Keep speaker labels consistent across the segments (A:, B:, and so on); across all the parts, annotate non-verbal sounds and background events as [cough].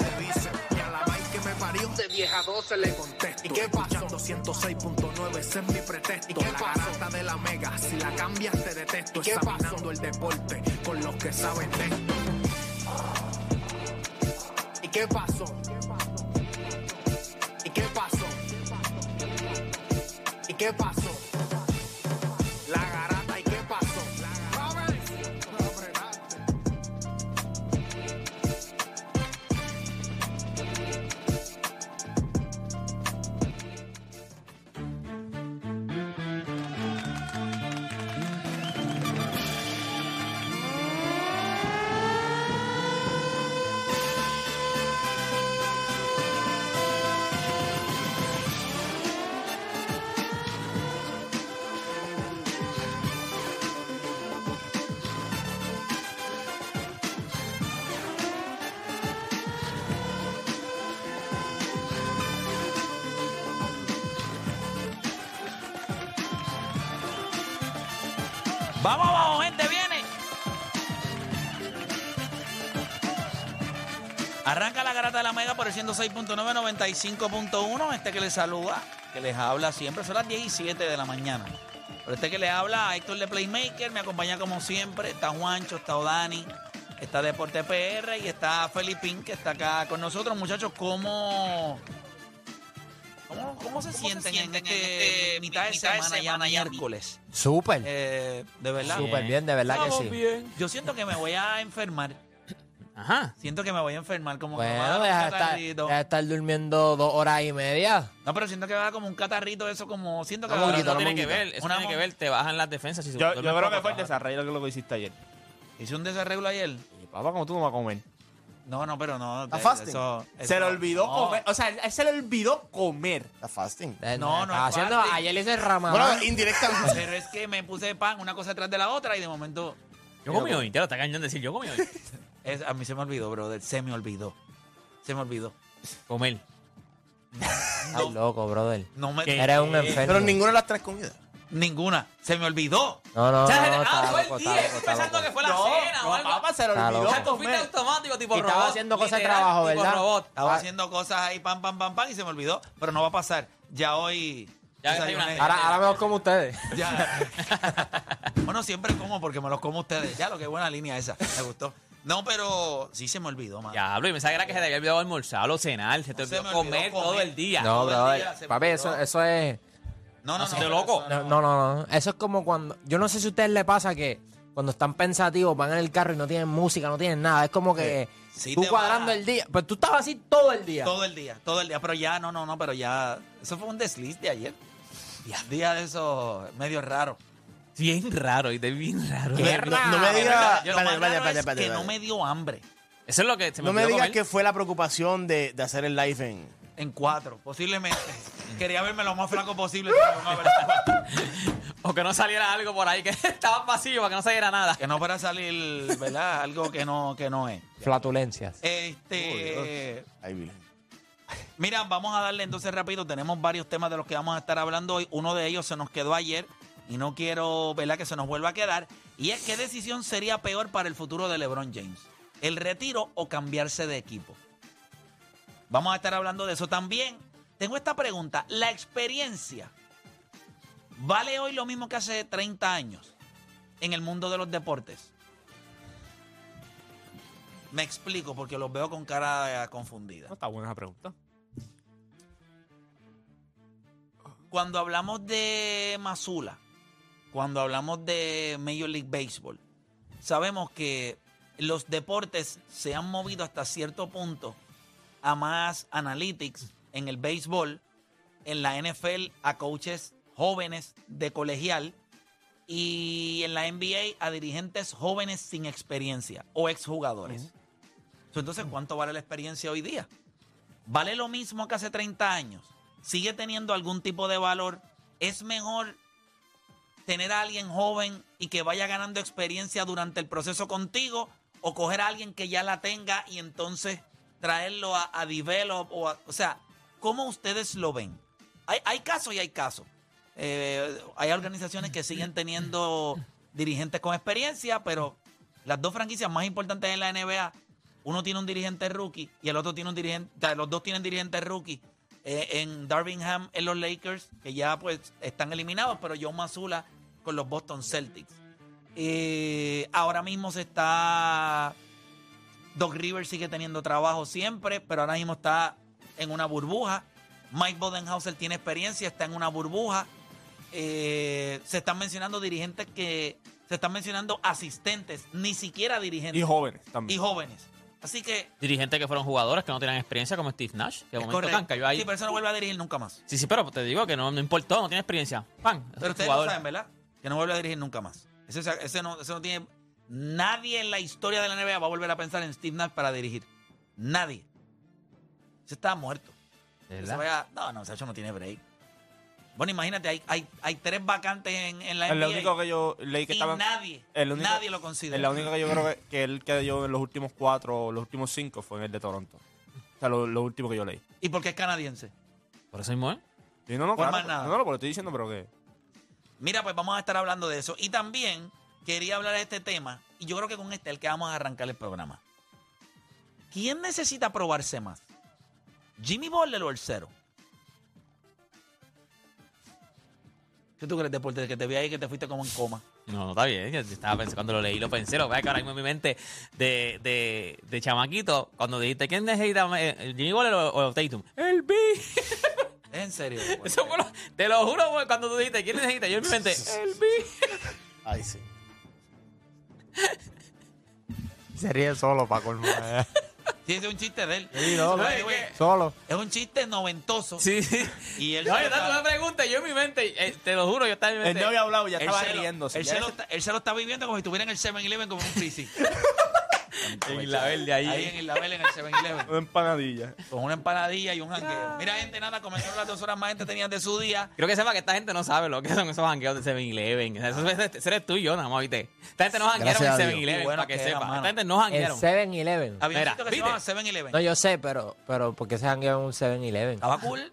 A: y de bíceps. Y a la vaina que me parió, de vieja 12 le contesto. ¿Y qué pasó? 206.9, ese es mi pretexto. ¿Y qué pasó? La garata de la mega, si la cambias te detesto. ¿Qué Examinando el deporte con los que saben de esto. ¿Y qué pasó? ¿Y qué pasó? ¿Y qué pasó? La garata, ¿y qué pasó?
B: Vamos abajo, gente, viene. Arranca la garata de la Mega por el 106.9, 95.1. Este que les saluda, que les habla siempre, son las 10 y 7 de la mañana. Pero este que les habla, Héctor de Playmaker, me acompaña como siempre. Está Juancho, está Odani, está Deporte PR y está Felipín, que está acá con nosotros. Muchachos, ¿cómo, cómo, cómo se sienten, en, este, mitad de semana, ya miércoles?
C: Súper.
B: Eh, de verdad.
C: Súper bien, de verdad que sí.
B: Yo siento que me voy a enfermar.
C: Ajá.
B: Siento que me voy a enfermar como que me va a dar
C: Bueno,
B: un
C: deja de estar,
B: catarrito.
C: deja de estar durmiendo dos horas y media.
B: No, pero siento que va como un catarrito eso, como siento que
C: Un
B: va
D: Pero
C: poquito,
D: eso
C: un
D: tiene que
C: poquito.
D: ver, eso
B: Una
D: tiene que
B: mon-
D: ver, te bajan las defensas. Si
E: Yo,
D: duermes
E: yo creo
D: poco,
E: que
D: te
E: fue el
D: bajan.
E: desarrollo que lo que hiciste ayer.
B: Hice un desarreglo ayer.
E: Y, Papá, ¿cómo tú no vas a comer?
B: No, no, pero no.
F: ¿Está
B: eh,
F: fasting?
B: eso-
E: Se
B: eso-
E: le olvidó
B: no.
E: comer. O sea, a él se le olvidó comer.
F: La fasting.
C: Eh,
B: No, no,
C: estaba haciendo,
B: aparte-
C: ayer hice el ramadán.
F: Bueno, indirectamente.
B: [coughs] Pero es que me puse pan una cosa atrás de la otra y de momento.
D: Yo comí hoy, te lo está cañón decir, yo comí hoy.
B: es- a mí se me olvidó, brother. Se me olvidó. Se me olvidó.
D: Comer.
C: Estás loco, brother.
B: No me.
D: ¿Qué?
C: Eres un enfermo.
F: Pero ninguna de las tres comidas.
B: Ninguna. Se me olvidó.
C: No, no, no,
D: O sea,
C: está
D: ah, fue
C: loco,
D: el
C: está loco,
D: día, estoy
C: está
D: pensando
C: loco.
D: que fue la cena o
E: no,
D: algo.
E: papá, se le
C: Está
E: olvidó
C: loco.
D: Chacho, fuiste
E: comer.
D: automático, tipo
C: Y estaba
D: robot,
C: haciendo cosas de
D: literal,
C: trabajo,
D: tipo
C: ¿verdad?
D: robot.
B: Estaba
C: Ah.
B: haciendo cosas ahí, pam, pam, pam, pam, y se me olvidó. Pero no va a pasar. Ya hoy.
D: Ya
B: desayuné.
D: desayunaste.
C: Ahora, ahora mejor como ustedes.
B: Ya. [laughs] bueno, siempre como porque me los como ustedes. Ya, lo que buena línea esa. Me gustó. No, pero sí se me olvidó, mano.
D: Diablo, y me que era que se te había olvidado almorzar o cenar, se te
B: No, se
D: olvidó
B: me olvidó
D: comer
B: comer.
D: todo el día.
C: No,
B: todo el
C: brother.
B: día se
C: Papi, eso,
B: murió.
C: eso es.
B: No, no,
D: No,
B: no.
D: de loco.
C: No, no, no, no. Eso es como cuando. Yo no sé si a ustedes les pasa que cuando están pensativos, van en el carro y no tienen música, no tienen nada. Es como que
B: Sí. Sí
C: tú
B: te
C: cuadrando
B: va.
C: el día. Pero tú estabas así todo el día.
B: Todo el día, todo el día. Pero ya, no, no, no, pero ya. Eso fue un desliz de ayer. Y al día de eso, medio raro.
D: Bien raro, y de bien raro.
F: Qué
D: Eso
F: No, no me digas.
B: Yo lo más raro
F: Espérate, espérate, espérate,
B: es
F: espérate,
B: que no
F: espérate.
B: me dio hambre.
D: es lo que se me
F: No me
D: olvidó
F: digas
D: comer.
F: que fue la preocupación de, de hacer el live en.
B: En cuatro, posiblemente. Quería verme lo más flaco posible. [laughs] pero no, ¿verdad?
D: O que no saliera algo por ahí, que [laughs] estaba vacío para que no saliera nada.
B: [laughs] que no para salir, ¿verdad? Algo que no, que no es.
C: Flatulencias.
B: Este.
F: Oh, Ay, Virgen.
B: Mira, vamos a darle entonces rápido. Tenemos varios temas de los que vamos a estar hablando hoy. Uno de ellos se nos quedó ayer y no quiero ¿verdad? que se nos vuelva a quedar. Y es qué decisión sería peor para el futuro de LeBron James. ¿El retiro o cambiarse de equipo? Vamos a estar hablando de eso también. Tengo esta pregunta. ¿La experiencia vale hoy lo mismo que hace 30 años en el mundo de los deportes? Me explico porque los veo con cara eh, confundida.
E: No está buena esa pregunta.
B: cuando hablamos de Masula, cuando hablamos de Major League Baseball, sabemos que los deportes se han movido hasta cierto punto a más analytics en el béisbol, en la NFL a coaches jóvenes de colegial y en la NBA a dirigentes jóvenes sin experiencia o exjugadores. So, Entonces, ¿cuánto vale la experiencia hoy día? ¿Vale lo mismo que hace 30 años? ¿Sigue teniendo algún tipo de valor? ¿Es mejor tener a alguien joven y que vaya ganando experiencia durante el proceso contigo o coger a alguien que ya la tenga y entonces traerlo a, a develop? O, a- o sea, ¿cómo ustedes lo ven? Hay, hay casos y hay casos. Eh, hay organizaciones que siguen teniendo dirigentes con experiencia, pero las dos franquicias más importantes en la NBA, uno tiene un dirigente rookie y el otro tiene un dirigente, o sea, los dos tienen dirigentes rookie. Eh, en Darvingham, en los Lakers, que ya pues están eliminados, pero John Mazula con los Boston Celtics. Eh, ahora mismo se está. Doc Rivers sigue teniendo trabajo siempre, pero ahora mismo está en una burbuja. Mike Bodenhauser tiene experiencia, está en una burbuja. Eh, se están mencionando dirigentes que. Se están mencionando asistentes, ni siquiera dirigentes.
E: Y jóvenes
B: y
E: también.
B: jóvenes. Así que.
D: Dirigentes que fueron jugadores que no tenían experiencia, como Steve Nash, que de
B: es
D: momento
B: correcto.
D: can, cayó ahí.
B: Sí, pero eso no vuelve a dirigir nunca
D: [laughs]
B: más.
D: Sí, sí, pero te digo que no, no importó, no tiene experiencia. Pan, es
B: Pero
D: un
B: ustedes
D: jugador.
B: lo saben, ¿verdad? Que no vuelve a dirigir nunca más. Ese, ese no, ese no tiene. Nadie en la historia de la NBA va a volver a pensar en Steve Nash para dirigir. Nadie. Se está muerto.
D: ¿De
B: Que se
D: verdad?
B: vaya- no, no, Sacho no tiene break. Bueno, imagínate, hay, hay, hay tres vacantes en, en la
E: Es
B: NBA.
E: lo único que yo leí que
B: y
E: estaban.
B: nadie,
E: es lo único-
B: nadie lo
E: Es
B: considera.
E: la única que yo creo que, que él quedó en los últimos cuatro, o los últimos cinco, fue en el de Toronto. O sea, lo, lo último que yo leí.
B: ¿Y por qué es canadiense?
D: Por eso mismo, ¿eh?
E: Y no, no,
B: Pues
E: claro,
B: más nada.
E: no, no, lo estoy diciendo, pero que.
B: Mira, pues vamos a estar hablando de eso. Y también quería hablar de este tema. Y yo creo que con este es el que vamos a arrancar el programa. ¿Quién necesita probarse más? ¿Jimmy Butler o el cero? ¿Qué tú crees, Deporte? Que te vi ahí que te fuiste como en coma.
D: No, no está bien. Yo estaba pensando, cuando lo leí, lo pensé. Lo que pasa es que ahora mismo en mi mente de, de, de chamaquito, cuando dijiste, ¿quién necesita más, eh, Jimmy Butler o, o Tatum?
B: Eh,
D: El B.
B: ¿Es en serio?
D: Eso fue lo, te lo juro, güey, cuando tú dijiste, ¿quién necesita? Yo en mi mente, el B.
F: Ay, sí.
E: Se ríe solo, Paco.
B: [laughs] Sí, es un chiste de él.
D: no,
B: By the
D: es
B: way,
D: que-
E: solo.
B: es un chiste noventoso.
D: Sí, sí.
B: Y él,
D: No,
B: se,
D: yo
B: lo
D: estaba- tú
B: está,
D: me preguntas, yo en mi mente, eh, te lo juro, yo estaba en mi
E: Él
D: mente.
E: no había hablado, ya
B: él
E: estaba
B: se lo-
E: riéndose.
B: él
E: Ya
B: se lo
E: ese-
B: está- él se lo está viviendo como si estuviera en el 7-Eleven como un freezy.
D: En Isla Verde, ahí.
B: Ahí en el Label, en el 7-Eleven.
E: Una empanadilla.
B: con una empanadilla y un jangueo. Mira, gente, nada, comenzaron las dos horas más gente tenían de su día.
D: Creo que sepa que esta gente no sabe lo que son esos jangueos de 7-Eleven. O sea, Eso, eso- eso eres tú y yo, nada más, ¿viste? Esta gente no janguearon
F: Gracias
D: en
F: a Dios.
D: 7-11,
B: Qué bueno
D: para que
B: que era,
D: sepa.
B: mano.
D: Esta gente no
C: El
D: janguearon.
C: 7-Eleven.
B: Había un
D: Mira,
B: sitio que
D: ¿viste?
B: se llamaba 7-Eleven.
C: No, yo sé, pero, pero ¿por qué se han en un 7-Eleven?
B: Estaba cool.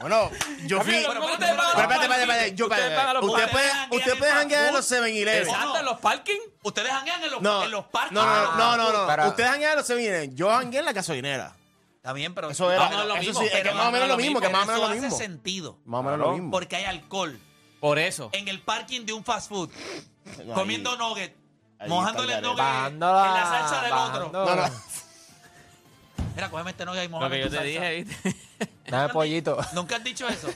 F: Bueno, yo fui.
D: Pero, ¿cómo ustedes pagan los
F: Pero espérate, espérate, espérate.
D: parkings?
F: Yo,
D: Ustedes
F: espérate,
D: pagan los
F: Usted
D: parkings.
F: puede,
B: parkings.
F: usted puede janguear en los 7-Eleven.
D: Exacto, en los parking.
B: Ustedes janguean en los,
F: No,
B: en los parques.
F: no, no, Ah, no, no, no.
C: Pero-
F: Ustedes janguean en los 7-Eleven. Yo jangueé en la gasolinera.
B: Está bien, pero.
F: Eso era-
B: Ah, no,
F: eso
B: mismo,
F: sí,
B: pero
F: era
B: no,
F: más o
B: no
F: menos lo mismo, que
B: pero
F: más o menos
B: eso
F: lo mismo.
B: hace sentido.
F: Más o menos lo
E: Claro,
F: mismo.
B: Porque hay alcohol
D: Por eso.
B: en el parking de un fast food,
F: No, ahí-
B: comiendo nugget,
F: ahí
B: mojándole
F: está
B: el
F: el
B: nugget en
C: Bajando
B: la salsa del
C: bajando-
B: otro.
F: No, no.
B: Mira, cógeme este nugget y
D: Lo
B: mojame
D: que yo
B: en tu
D: te
B: salsa.
D: dije, ¿viste?
C: Dame pollito.
B: ¿Nunca has dicho eso?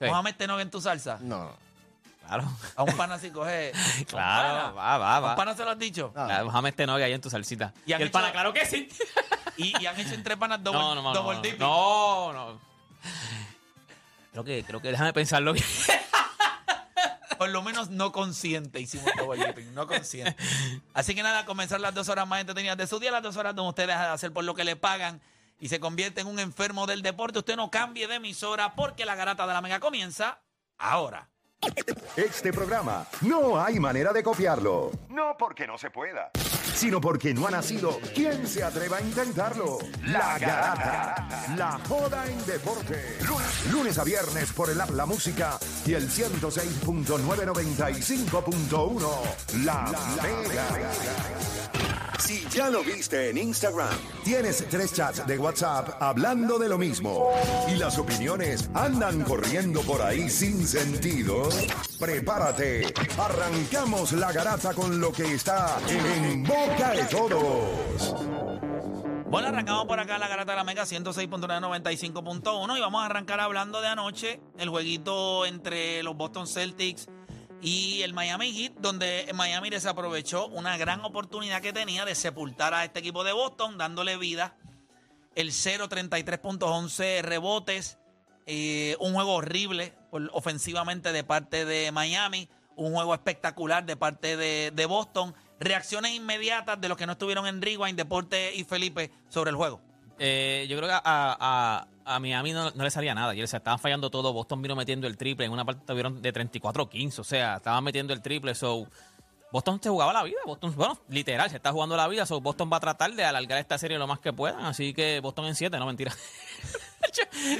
B: Mojame este nugget en tu salsa.
F: No,
D: [laughs] Claro,
B: A un pana así
D: [laughs]
B: coge.
D: claro, va, va,
B: ¿A un
D: va.
B: pana se lo has dicho?
F: no.
D: Claro, Déjame este novio ahí en tu salsita.
B: Y
D: Y
B: han
D: el
B: hecho-
D: pana, claro que sí.
B: Y, y han hecho entre panas double,
D: No, no, no.
B: double
D: No,
B: dipping.
D: no. no. Creo que, creo que déjame pensarlo bien.
B: Por lo menos no consciente hicimos double dipping, no
D: [laughs]
B: consciente. Así que nada, comenzar las dos horas más entretenidas de su día, las dos horas donde usted deja de hacer por lo que le pagan y se convierte en un enfermo del deporte. Usted no cambie de emisora porque la garata de la mega comienza ahora.
G: Este programa no hay manera de copiarlo. No porque no se pueda, sino porque no ha nacido quien se atreva a intentarlo. La garata. La joda en deporte. Lunes, lunes a viernes por el app La Música y el 106.995.1. La, Mega. Si ya lo viste en Instagram, tienes tres chats de WhatsApp hablando de lo mismo y las opiniones andan corriendo por ahí sin sentido, prepárate. Arrancamos la garata con lo que está en boca de todos.
B: Bueno, arrancamos por acá la garata de la Mega 106.995.1 y vamos a arrancar hablando de anoche, el jueguito entre los Boston Celtics y el Miami Heat, donde Miami desaprovechó una gran oportunidad que tenía de sepultar a este equipo de Boston, dándole vida. El 0, 33.11 rebotes, eh, un juego horrible por- ofensivamente de parte de Miami, un juego espectacular de parte de, de Boston. Reacciones inmediatas de los que no estuvieron en Rewind, Deporte y Felipe sobre el juego.
D: Eh, yo creo que a, a, a Miami no, no le salía nada. Ayer, o sea, estaban fallando todo. Boston vino metiendo el triple. En una parte tuvieron de 34-15. O sea, estaban metiendo el triple. So, Boston se jugaba la vida. Boston, bueno, literal, se está jugando la vida. So, Boston va a tratar de alargar esta serie lo más que puedan. Así que Boston en 7, no mentira. [laughs]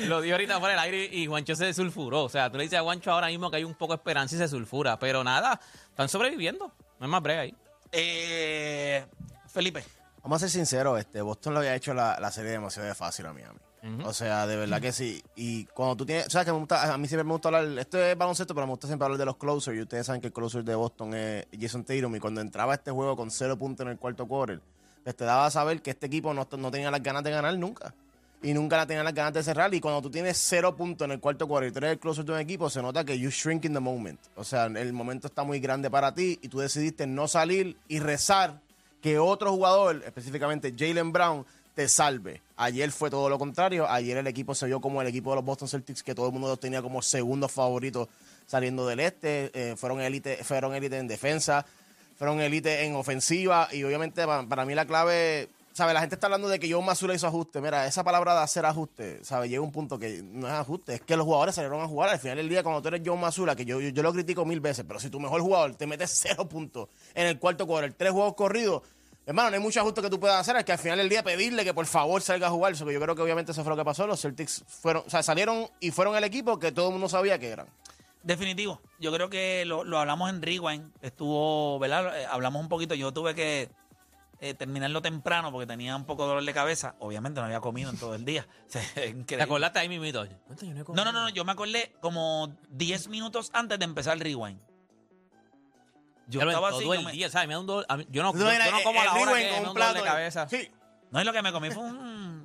D: lo dio ahorita por el aire y Juancho se sulfuró. O sea, tú le dices a Juancho ahora mismo que hay un poco de esperanza y se sulfura. Pero nada, están sobreviviendo. No es más brega ahí.
B: Eh, Felipe.
F: Vamos a ser sinceros, este, Boston le había hecho la, la serie demasiado de fácil a Miami. O sea, de verdad que sí. Y cuando tú tienes. ¿Sabes que me gusta, a mí siempre me gusta hablar. Esto es baloncesto, pero me gusta siempre hablar de los closers. Y ustedes saben que el closer de Boston es Jason Tatum. Y cuando entraba a este juego con cero puntos en el cuarto quarter, pues te daba a saber que este equipo no, no tenía las ganas de ganar nunca. Y nunca la tenía las ganas de cerrar. Y cuando tú tienes cero puntos en el cuarto quarter y tú eres el closer de un equipo, se nota que you shrink in the moment. O sea, el momento está muy grande para ti y tú decidiste no salir y rezar que otro jugador, específicamente Jalen Brown, te salve. Ayer fue todo lo contrario. Ayer el equipo se vio como el equipo de los Boston Celtics, que todo el mundo los tenía como segundo favorito saliendo del este. Eh, fueron élite fueron élite en defensa, fueron élite en ofensiva. Y obviamente pa- para, mí la clave, ¿sabes? La gente está hablando de que John Masura hizo ajuste. Mira, esa palabra de hacer ajuste, ¿sabes? Llega un punto que no es ajuste, es que los jugadores salieron a jugar. Al final del día, cuando tú eres John Masura, que yo, yo, yo lo critico mil veces, pero si tu mejor jugador te mete [laughs] cero puntos en el cuarto quarter, tres juegos corridos. Hermano, no hay mucho ajuste que tú puedas hacer. Es que al final del día pedirle que por favor salga a jugar. Eso que yo creo que obviamente eso fue lo que pasó. Los Celtics fueron, o sea, salieron y fueron el equipo que todo el mundo sabía que eran.
B: Definitivo. Yo creo que lo, lo hablamos en Rewind. Estuvo, ¿verdad? Eh, hablamos un poquito. Yo tuve que eh, terminarlo temprano porque tenía un poco de dolor de cabeza. Obviamente no había comido en todo el día. [laughs] O sea, es
D: ¿Te
B: increíble.
D: acordaste ahí mismito? Cuánto yo he
B: No,
D: comido.
B: no, no, no, Yo me acordé como 10 minutos antes de empezar el Rewind. Yo
D: Pero en
B: estaba
D: todo
B: así.
D: el
B: yo me-
D: día, ¿sabes? Me da un dolor- a mí- yo, no, yo, yo
E: eh,
D: no como a
F: el
D: la hora
F: Rewind
D: que me
F: con
D: da
F: un
D: un dolor de
F: plato,
D: cabeza.
F: Sí,
B: No es lo que me comí, fue un.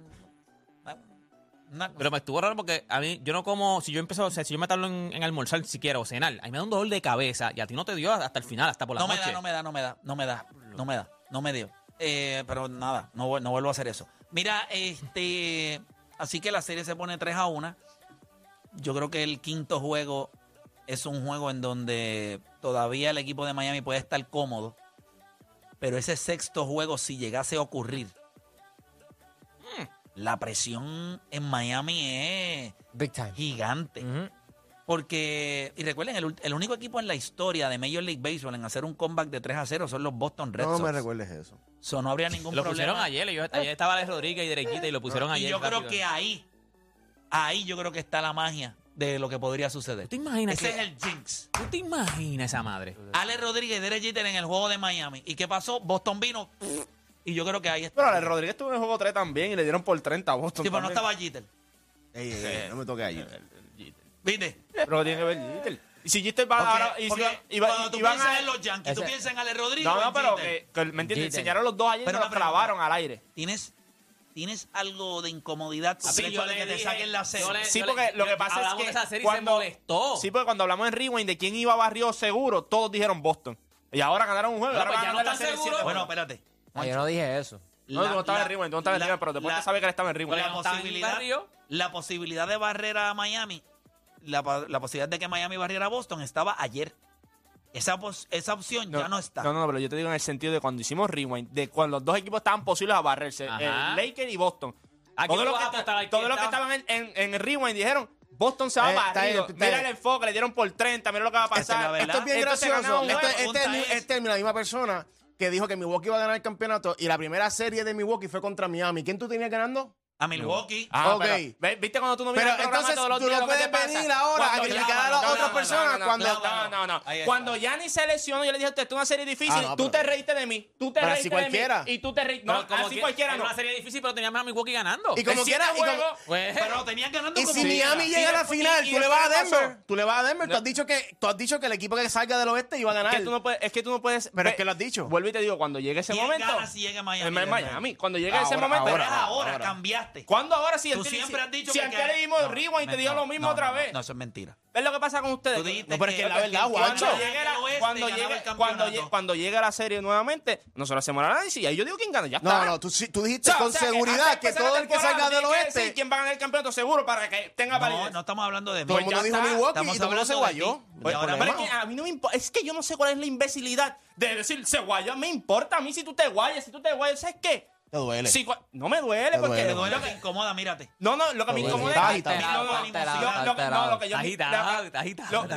B: una-
D: Pero me estuvo raro porque a mí, yo no como, si yo empiezo, o sea, si yo me tardo en, en almorzar si quiero o cenar, a mí me da un dolor de cabeza y a ti no te dio hasta el final, hasta por la
B: no
D: noche.
B: me da, no me da, no me da, no me da, no me da, no me dio. Eh, pero nada, no, vuel- no vuelvo a hacer eso. Mira, este. Así que la serie se pone 3 a 1. Yo creo que el quinto juego es un juego en donde todavía el equipo de Miami puede estar cómodo. Pero ese sexto juego, si llegase a ocurrir, la presión en Miami es
C: Big time.
B: gigante.
C: Ujú.
B: Porque, y recuerden, el, ul- el único equipo en la historia de Major League Baseball en hacer un comeback de 3 a 0 son los Boston Red
F: No
B: Sox.
F: me recuerdes eso.
B: So, no habría ningún
D: Lo
B: problema.
D: pusieron ayer, ellos- ayer estaba Alex Rodríguez y Derequita y lo pusieron
B: y
D: ayer.
B: yo creo
D: rápido.
B: que ahí, ahí yo creo que está la magia de lo que podría
D: ¿Tú
B: suceder.
D: te imaginas
B: Ese
D: que-
B: es el jinx.
D: ¿Tú te imaginas esa madre?
B: Ale Rodríguez y Derek Jeter en el juego de Miami. ¿Y qué pasó? Boston vino y yo creo que ahí está.
E: Pero Ale Rodríguez estuvo en el juego 3 también y le dieron por 30 a Boston.
B: Sí, pero no
E: también.
B: estaba Jeter.
F: Ey, ey, ey, no me toques allí.
B: ¿Viste?
E: Pero tiene que ver Jeter. Y si Jeter va
B: Porque-
E: ahora. Y si
B: porque
E: va- y va-
B: cuando tú
E: y van
B: piensas
E: a-
B: en los Yankees, tú
E: Ese-
B: piensas en Ale Rodríguez.
E: No,
B: o en
E: no, pero
B: Jeter.
E: que, que, ¿me entiendes?
B: Jeter.
E: Enseñaron los dos ayer
B: Pero
E: pero los
B: una pregunta.
E: clavaron al aire.
B: ¿Tienes, tienes algo de incomodidad por
D: Sí,
B: el hecho
D: Ah, yo
B: de
D: le
B: que te
D: dije-
B: saquen la serie.
D: yo le-
E: Sí,
D: yo
E: porque lo
D: yo-
E: que pasa es
D: hablamos
E: que
D: de esa serie y
E: cuando-
D: se molestó.
E: Sí, porque cuando hablamos en Rewind de quién iba a barrio seguro, todos dijeron Boston. Y ahora ganaron un juego.
D: Bueno,
E: ahora
D: pues
E: van
D: ya
E: a
D: no
E: ganar la
D: están
E: serie
D: seguros.
E: siete.
B: Bueno, espérate.
C: Ah, yo no dije eso.
E: No, tú no estabas en Rewind, tú no estabas en
B: la-
E: Rewind, pero después
B: la-
E: te sabes que él estaba en Rewind.
B: La
D: Porque no estaba en
B: posibilidad,
D: barrio.
B: la posibilidad de barrer a Miami, la, pa- la posibilidad de que Miami barriera a Boston estaba ayer. Esa, pos- esa opción ya no está.
E: No, no, pero yo te digo en el sentido de cuando hicimos Rewind, de cuando los dos equipos estaban posibles a barrerse, el
D: Ajá.
E: Lakers y Boston.
D: Aquí
E: Todos
D: no
E: los
D: vas
E: que,
D: a apostar, aquí
E: todos los que
D: está-
E: estaban en, en, en el Rewind dijeron, Boston se va
F: Eh, está
E: barrido.
F: bien, está
E: mira el
F: bien.
E: enfoque, le dieron por 30, mira lo que va a
B: Esta es la
E: pasar.
B: verdad.
F: Esto es bien
E: Entonces
F: gracioso.
E: ganamos un
F: Esto,
E: juego.
F: este,
B: pregunta
F: es-
B: es-
F: este es la misma persona que dijo que Milwaukee iba a ganar el campeonato y la primera serie de Milwaukee fue contra Miami. ¿Quién tú tenías ganando?
B: A Milwaukee.
E: Ah,
F: Ok.
E: pero, ¿ve- ¿Viste cuando tú no
F: Pero
E: miras el programa
F: entonces
E: todos los
F: tú
E: días,
F: no
E: lo que te
F: puedes
E: pasa?
F: venir ahora a
E: Cuando-
F: criticar
E: no,
F: a las
E: no, no,
F: otras
E: no,
F: personas
E: no, no,
F: cuando-
E: No, no, no.
B: Ahí está.
E: Cuando Yanni se lesionó, yo le dije a usted, esto es una serie difícil.
F: Ah, no,
E: Tú
F: pero-
E: te reíste de mí. Tú te
F: Pero
E: reíste de
F: así cualquiera.
E: mí. Y tú te reíste. No,
D: Pero como
E: así
D: que-
E: cualquiera
D: era
E: no.
D: una serie difícil, pero teníamos a Milwaukii ganando.
F: Y como
E: En siete
F: quiera, y como-
E: juegos,
D: Pues-
B: Pero tenían ganando
F: Y
B: como
F: si
B: quiera.
F: Miami
E: Y
F: llega a la
E: después-
F: final,
E: y- y
F: tú le
E: después
F: vas a
E: ¿qué pasó?
F: Denver. Tú le vas a Denver. Tú has dicho que tú has dicho que el equipo que salga del oeste iba a
E: Es
F: ganar.
E: que tú no puedes. Es que tú no puedes
F: Pero es
E: ve-
F: que lo has dicho.
E: Vuelvo y te digo, cuando llegue ese
B: ¿Quién
E: momento.
B: gana si llega a Miami?
E: en Miami. Cuando llegue ese
F: Ahora,
E: momento.
B: Pero
F: ahora,
B: es ahora,
F: ahora.
B: cambiaste.
E: ¿Cuándo ahora? Si
B: Tú
E: antes-
B: siempre has dicho
E: si
B: que...
E: antes
B: gana-
E: le dimos
B: No,
E: el Rewind y te
B: no,
E: dio
B: no,
E: lo mismo
B: no,
E: otra
B: no,
E: vez.
B: No, eso es mentira.
E: ¿Ves lo que pasa con ustedes?
B: Tú dijiste
F: No, pero es que la verdad,
B: cuando
F: Juancho.
B: llegue
E: la-
B: la oeste,
E: cuando,
B: ganaba
E: llegue-
B: el
E: cuando,
B: campeonato.
E: lle- cuando llegue la serie nuevamente, nosotros hacemos el análisis y ahí yo digo quién gana. Ya está.
F: No, no, tú, sí- tú
E: O
F: dijiste
E: sea,
F: con
E: o sea,
F: seguridad
E: antes de
F: que
E: empezar
F: todo
E: la
F: el que
E: temporada
F: salga
E: nos
F: del
E: tiene que
F: oeste.
E: decir quién va a ganar el campeonato seguro para que
B: No,
E: tenga Ah, validez.
B: no estamos hablando de
F: Todo
B: mí.
F: el mundo
E: ya
F: dijo
E: está.
F: Milwaukee
B: Estamos
F: y todo el mundo se
B: hablando de
F: guayó.
B: ti.
F: Oye,
B: Y ahora-
E: pues, Pero
F: problema.
E: es que a mí no me importa. Es que yo no sé cuál es la imbecilidad de decir se guayó. Me importa a mí si tú te guayas, si tú te guayas. ¿Sabes qué?
F: Te duele.
E: Sí, cua- no me duele
F: Te
E: porque
F: duele.
B: Te
E: lo-
B: duele
E: lo
B: que
E: que-
B: incomoda, mírate.
E: no, no, lo que me
F: Te duele.
E: incomoda
F: Está
E: es-
F: agitado,
E: no, no,
B: está
E: no,
B: alterado,
E: lo que- no, lo que yo-
D: Está agitado, está agitado,
E: lo-
D: está
E: lo-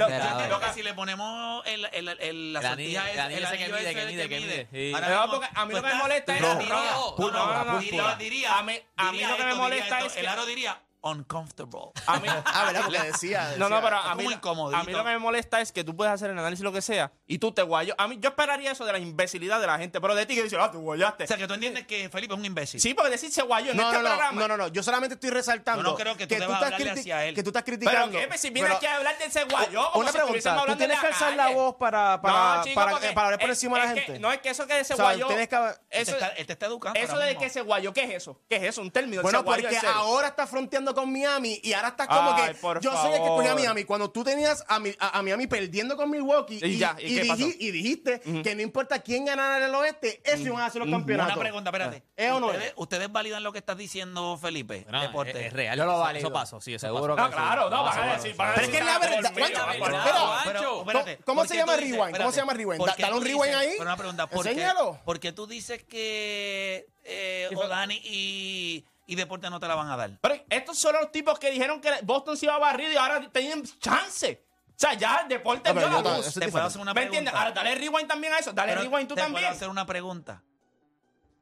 D: agitado.
B: Yo creo que si le ponemos el, el, el, la
D: El
B: sortilla
D: anillo-
B: es-
D: el anillo
B: el
D: ese que
B: anillo
D: mide, que
B: ese
D: mide, que mide. Sí.
B: Ahora
E: No,
B: mismo
E: porque a mí lo
B: tú
E: que me
B: estás-
E: molesta es
B: no,
E: la
B: diría-
E: roja,
B: no, no,
E: púrpura,
B: no, no,
E: púrpura.
B: diría- diría-
E: A mí- a mí
B: diría
E: lo que me
B: esto, diría
E: molesta
B: esto.
E: es que-
B: El aro diría uncomfortable.
E: A mí,
F: [laughs] Ah, ¿verdad? Porque decía.
E: No, no,
F: decía-
E: pero
B: Está
E: a mí,
B: como incomodito.
E: a mí lo que me molesta es que tú puedes hacer el análisis lo que sea y tú te guayas. A mí yo esperaría eso de la imbecilidad de la gente, pero de ti que dice, ah, tú guayaste.
B: O sea, que tú entiendes que Felipe es un imbécil.
E: sí, porque decir se guayó en
F: No,
E: este
F: no, no,
E: programa.
F: no, no, no, yo solamente estoy resaltando
B: Yo no creo que tú debas hablarle
F: criti-
B: hacia él.
F: que tú estás
E: Pero
F: criticando.
E: que si viene
F: Pero-
E: aquí a hablar del se guayó, como
F: una
E: si estuviésemos
F: pregunta, tú
E: hablando
F: tienes
E: de
F: que alzar la
E: calle.
F: voz para para
E: No, chico,
F: para,
E: porque
F: para hablar por
E: es-
F: encima de la
E: es que-
F: gente.
E: no, es que eso que se
F: O sea,
E: guayó.
F: tienes que-
B: Él te
E: Eso,
B: está, él te está educando.
E: eso
B: ahora
E: de
B: mismo.
E: que se guayó, ¿qué es eso? ¿Qué es eso? Un término.
F: Bueno,
E: se guayó,
F: porque
E: en serio.
F: ahora estás fronteando con Miami y ahora estás como
E: Ay,
F: que
E: por
F: yo soy el que
E: favor.
F: escogí a Miami. Cuando tú tenías a, Mi- a- a Miami perdiendo con Milwaukee
E: Y ya, ¿y qué
F: diji-
E: pasó?
F: y dijiste que no importa quién ganara en el oeste, ellos iban a ser los campeonatos.
B: Una pregunta, espérate.
F: ¿Es o no
B: ¿Ustedes,
F: es?
B: ustedes validan lo que estás diciendo, Felipe?
D: No,
B: Deporte.
D: es, es real.
C: Yo lo
D: Eso-
C: valido.
D: Eso pasó, sí, eso
C: Seguro
D: pasó.
E: No, claro, no, van a decir. van a
F: Pero es que
E: decir,
F: es la
E: ah,
F: verdad.
E: por mí,
F: Guacha,
E: ah, por
F: verdad.
E: mí.
F: Espera,
B: Pero,
F: ¿cómo- cómo
B: ¿por
F: se
B: qué
F: llama
B: tú dices-
F: rewind? ¿Cómo se llama rewind?
B: ¿por qué
F: Dale un
B: tú
F: rewind
B: dices-
F: ahí.
B: Pero una pregunta, ¿por qué,
F: Enséñalo.
B: por qué tú dices que eh, Odani y, y Deporte no te la van a dar?
E: Pero estos son los tipos que dijeron que Boston se iba barrido y ahora tienen chance. O sea, ya el deporte
F: No, Ah, pero
E: vio la
F: yo-
E: luz.
F: eso es
B: Te puedo
F: diferente.
B: hacer una
E: ¿Me
B: pregunta.
E: entiendes? Ahora dale rewind también a eso. Dale
B: Pero
E: rewind tú
B: te
E: también.
B: puedo hacer una pregunta.